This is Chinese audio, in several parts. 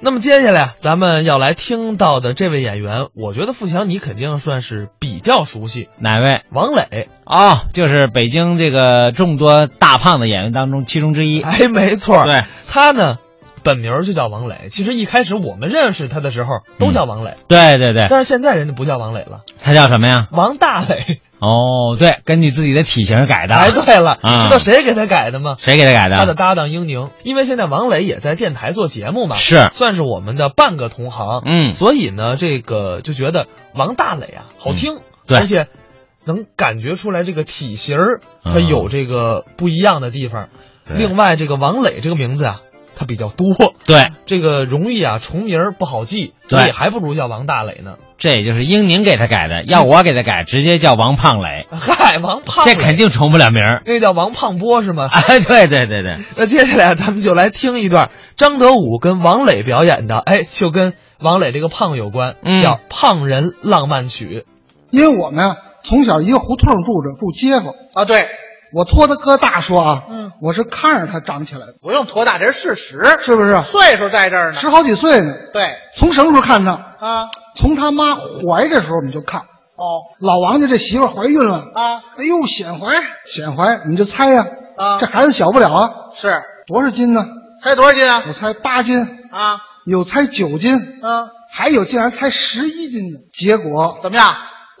那么接下来啊咱们要来听到的这位演员，我觉得富强你肯定算是比较熟悉，哪位？王磊。哦，就是北京这个众多大胖的演员当中其中之一。哎，没错儿，对他呢本名儿就叫王磊。其实一开始我们认识他的时候都叫王磊，对对对，但是现在人家不叫王磊了，他叫什么呀？王大磊。哦，对，根据自己的体型改的。哎，对了，啊知道谁给他改的吗？谁给他改他的的？搭档英宁，因为现在王磊也在电台做节目嘛，是，算是我们的半个同行，嗯，所以呢，这个就觉得王大磊啊好听，嗯对而且能感觉出来这个体型儿它嗯有这个不一样的地方。对另外，这个王磊这个名字啊，它比较多，对，这个容易啊重名儿不好记，所以还不如叫王大磊呢。 这也就是英宁给他改的。要我给他改，直接叫王胖磊，嗨，王胖这磊，肯定重不了名儿。 那叫王胖波是吗？哎，对对对对，那接下来咱们就来听一段张德武跟王磊表演的，哎，就跟王磊这个胖有关，嗯叫《胖人浪漫曲因为我们啊从小一个胡同住着，住街坊啊，对，我托他哥大说啊，嗯，我是看着他长起来的，不用托大，这是事实，是不是？岁数在这儿呢。十好几岁呢，对从什么时候看他？啊，从他妈怀的时候我们就看。哦老王家这媳妇儿怀孕了，啊哎呦显怀，显怀，你就猜呀、啊这孩子小不了啊，是多少斤呢？猜多少斤啊？我猜八斤，啊有猜九斤，嗯，还有竟然猜十一斤的，结果怎么样？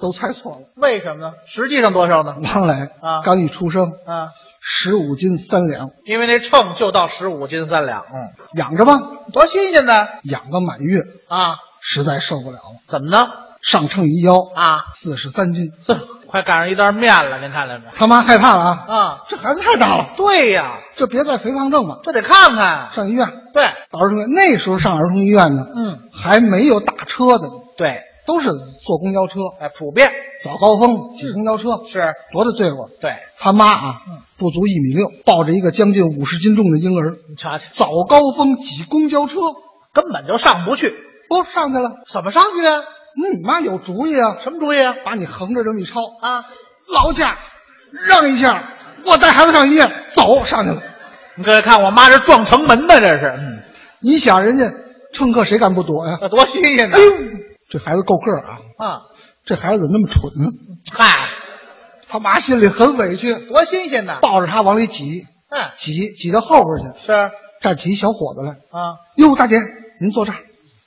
都猜错了。 为什么呢？实际上多少呢？王磊啊刚一出生， 啊，十五斤三两，因为那秤就到十五斤三两，嗯，养着吧，多新鲜呢养个满月，啊？实在受不了了，怎么呢？上秤一腰， 啊，四十三斤。这快赶上一袋面了，您看见没？他妈害怕了啊！啊，这孩子太大了，对呀，这别再肥胖症了，这得看看。上医院。对，到儿童医院那时候上儿童医院呢，嗯，还没有打车的，对，都是坐公交车，哎，普遍早高峰挤公交车，是，多大罪过？对，他妈啊，不足一米六，抱着一个将近五十斤重的婴儿，你瞧瞧，早高峰挤公交车，根本就上不去，哦，上去了。怎么上去啊？嗯，你妈有主意啊，什么主意啊？把你横着这么一抄，啊，劳驾，让一下，我带孩子上医院，走上去了。你各位看，我妈这撞城门呢，这是，嗯，你想人家乘客谁敢不躲呀、那啊多新鲜呢哎！呦，这孩子够个儿啊！啊，这孩子怎么那么蠢呢、嗨，他妈心里很委屈，多新鲜呢！抱着他往里挤，嗯，挤挤到后边去，是站起一小伙子来。啊，哟，大姐，您坐这儿。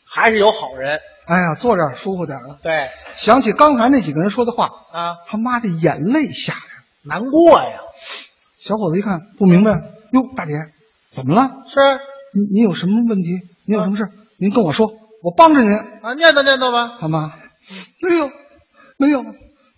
还是有好人，哎呀，坐这儿舒服点儿了。对想起刚才那几个人说的话，啊，他妈这眼泪下来了。难过呀，小伙子一看不明白，哟，大姐，怎么了？是您您有什么问题？您有什么事？您跟我说，我帮着您。啊，念叨念叨吧，他妈，没有，没有，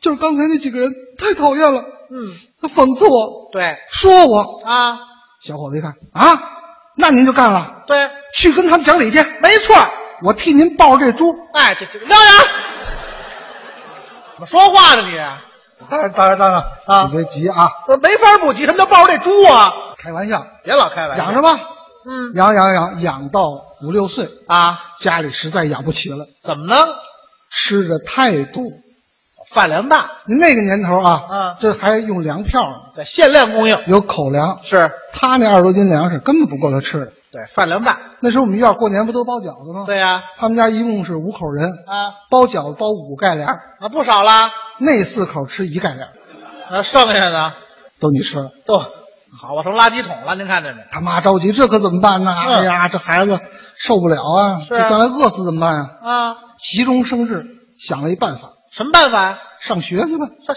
就是刚才那几个人太讨厌了，嗯，他讽刺我，对说我。啊，小伙子一看啊，那您就干了，对，去跟他们讲理去。没错儿，我替您抱着这猪。哎，这这让人，怎么说话呢你？当然，当然，当然啊你别急啊，这没法不急，什么叫抱着这猪啊？开玩笑，别老开玩笑，养着吧，嗯养养养养到五六岁，啊，家里实在养不起了，怎么呢？吃的太多。饭量大，您那个年头啊，嗯这还用粮票呢，对，限量供应有口粮。是，他那二十多斤粮食根本不够他吃的。对，饭量大，那时候我们院儿过年不都包饺子吗？对呀、他们家一共是五口人，啊包饺子包五盖帘儿，啊，不少啦。那四口吃一盖帘儿，那剩下的都你吃了。都好，我成垃圾桶了，您看见没？他妈着急，这可怎么办呢？哎呀，这孩子受不了啊，是这啊将来饿死怎么办呀、啊，急中生智，想了一办法，什么办法？ 上学去吧。这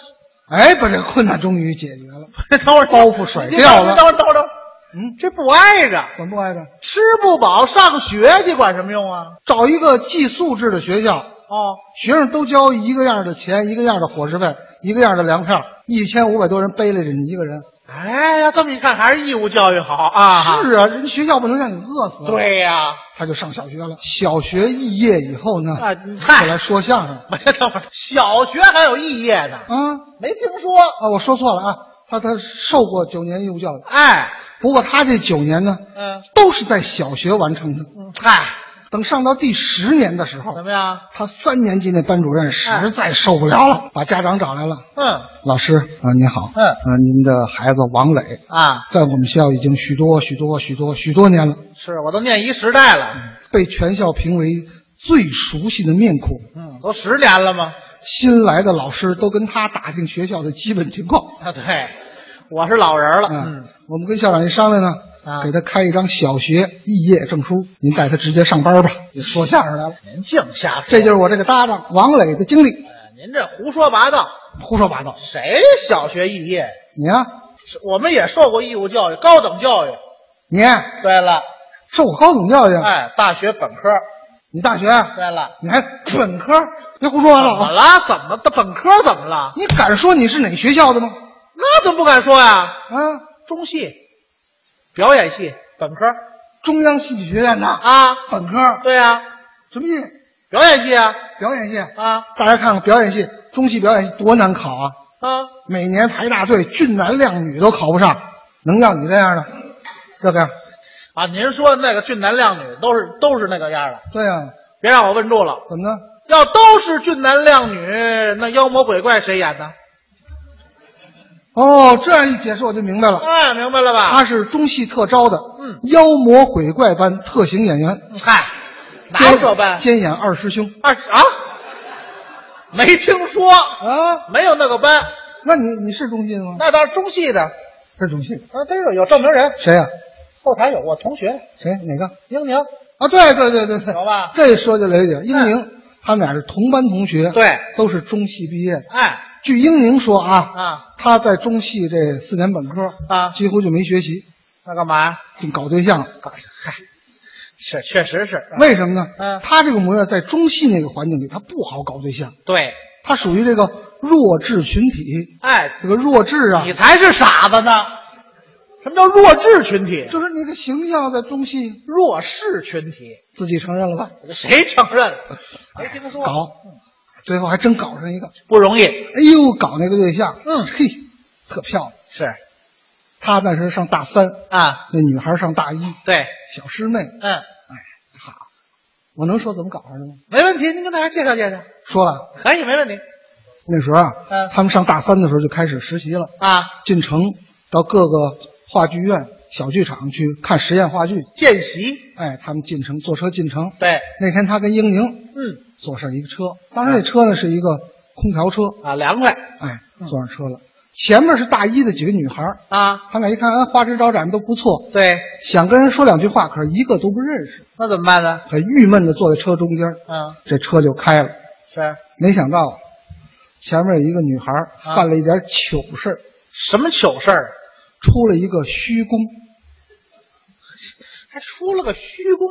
哎，把这困难终于解决了。等会儿包袱甩掉了您等会儿，等会儿，等会儿。嗯，这不挨着，怎么不挨着？吃不饱，上学去管什么用啊？找一个寄宿制的学校，哦，学生都交一个样的钱，一个样的伙食费，一个样的粮票，一千五百多人背了着你一个人。哎呀，这么一看还是义务教育好啊。，是啊，人学校不能让你饿死。。啊对呀、他就上小学了。小学肄业以后呢，啊你后 来说相声没等会儿，小学还有肄业呢，啊没听说。啊，我说错了啊，他他受过九年义务教育，哎，不过他这九年呢，嗯，都是在小学完成的。嗨，等上到第十年的时怎候，么样？他三年级那班主任实在受不了了，把家长找来了。嗯老师啊，您好，嗯啊，您的孩子王磊啊，在我们学校已经许多许多许多许多年了。是我都念一时代了。被全校评为最熟悉的面孔。嗯都十年了吗？新来的老师都跟他打听学校的基本情况。啊， 对，我是老人了。嗯，我们跟校长一商量呢，啊给他开一张小学肄业证书，您带他直接上班吧。也说相声来了，您净瞎说，哎这就是我这个搭档王磊的经历。您这胡说八道，胡说八道！谁小学肄业？你啊，是我们也受过义务教育、高等教育。你对了，受过高等教育，哎，大学本科。你大学对了，你还本科，别胡 说八怎道么啊！了？怎么的？本科怎么了？你敢说你是哪学校的吗？那怎么不敢说呀？啊，中戏，表演系本科中央戏剧学院的啊？本科，对呀、什么系？表演系啊表演系。啊大家看看表演系，中戏表演系多难考啊！啊！每年排大队，俊男靓女都考不上，能要你这样的？这个，啊，您说那个俊男靓女都是都是那个样的，对呀、别让我问住了。怎么呢？要都是俊男靓女，那妖魔鬼怪谁演呢？哦，这样一解释我就明白了，哎，明白了吧？他是中戏特招的，嗯，妖魔鬼怪般特型演员，嗨，哪有兼这班？兼演二师兄二啊，没听说，啊？没有那个班。那你你是中戏的吗？那当然中戏的，啊，是中戏，对了，有证明人，谁呀、啊后台有我同学谁哪个？英宁，啊，对对对对对，有吧？这说就了解，英宁他们俩是同班同学，嗯对，都是中戏毕业的。哎据英宁说啊，啊他在中戏这四年本科啊，几乎就没学习，那干嘛呀？净搞对象了。嗨，是确实是，为什么呢？嗯他这个模样在中戏那个环境里，他不好搞对象，对，他属于这个弱智群体。哎，这个弱智啊你，才是傻子呢！什么叫弱智群体？就是你这个形象在中戏，弱势群体，自己承认了吧？谁承认？没听说，搞，最后还真搞上一个。不容易，哎呦，搞那个对象，嗯嘿，特漂亮。是他那时上大三，啊，那女孩上大一，对，小师妹。嗯，我能说怎么搞上的吗？没问题，您跟大家介绍介绍，说了，可以，没问题那时候啊，嗯他们上大三的时候就开始实习了，啊。进城到各个话剧院、小剧场去看实验话剧。见习，哎，他们进城坐车进城。对，那天他跟英宁嗯，坐上一个车，当时那车呢是一个空调车，啊，凉快哎，坐上车了。前面是大一的几个女孩儿，啊，他们俩一看，啊，花枝招展都不错，对，想跟人说两句话，可是一个都不认识，那怎么办呢？很郁闷的坐在车中间。嗯，这车就开了，是没想到前面有一个女孩儿啊犯了一点糗事儿，什么糗事儿？啊出了一个虚功。还出了个虚功，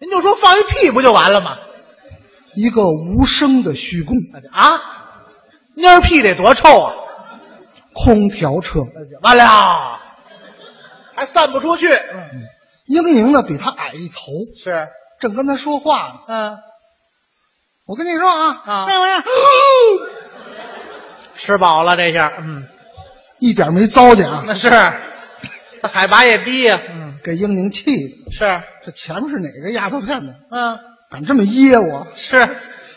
您就说放一屁不就完了吗？一个无声的虚功，啊，蔫屁得多臭啊！空调车。完了，还散不出去。嗯，英宁呢比他矮一头，是，正跟他说话呢。嗯，我跟你说啊，啊那玩意儿吃饱了这下，嗯，一点没糟践啊，那是，那海拔也低呀、嗯，给英宁气的。是，这前面是哪个丫头片子？嗯，敢这么噎我，是，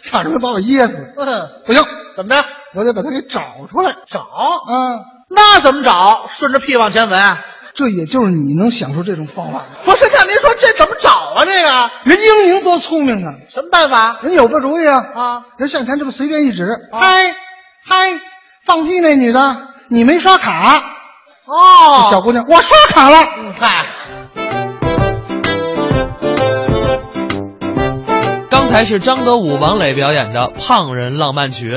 差点没把我噎死！嗯，不行，怎么着？我得把他给找出来找？啊！那怎么找？顺着屁往前闻啊？这也就是你能想出这种方法的。不是，那您说这怎么找啊？这个人英宁多聪明啊，什么办法人有个主意啊！啊？人向前这么随便一指，啊嗨嗨，放屁那女的，你没刷卡。哦，这小姑娘，我刷卡了。嗯嗨，刚才是张德武、王磊表演的《胖人浪漫曲》。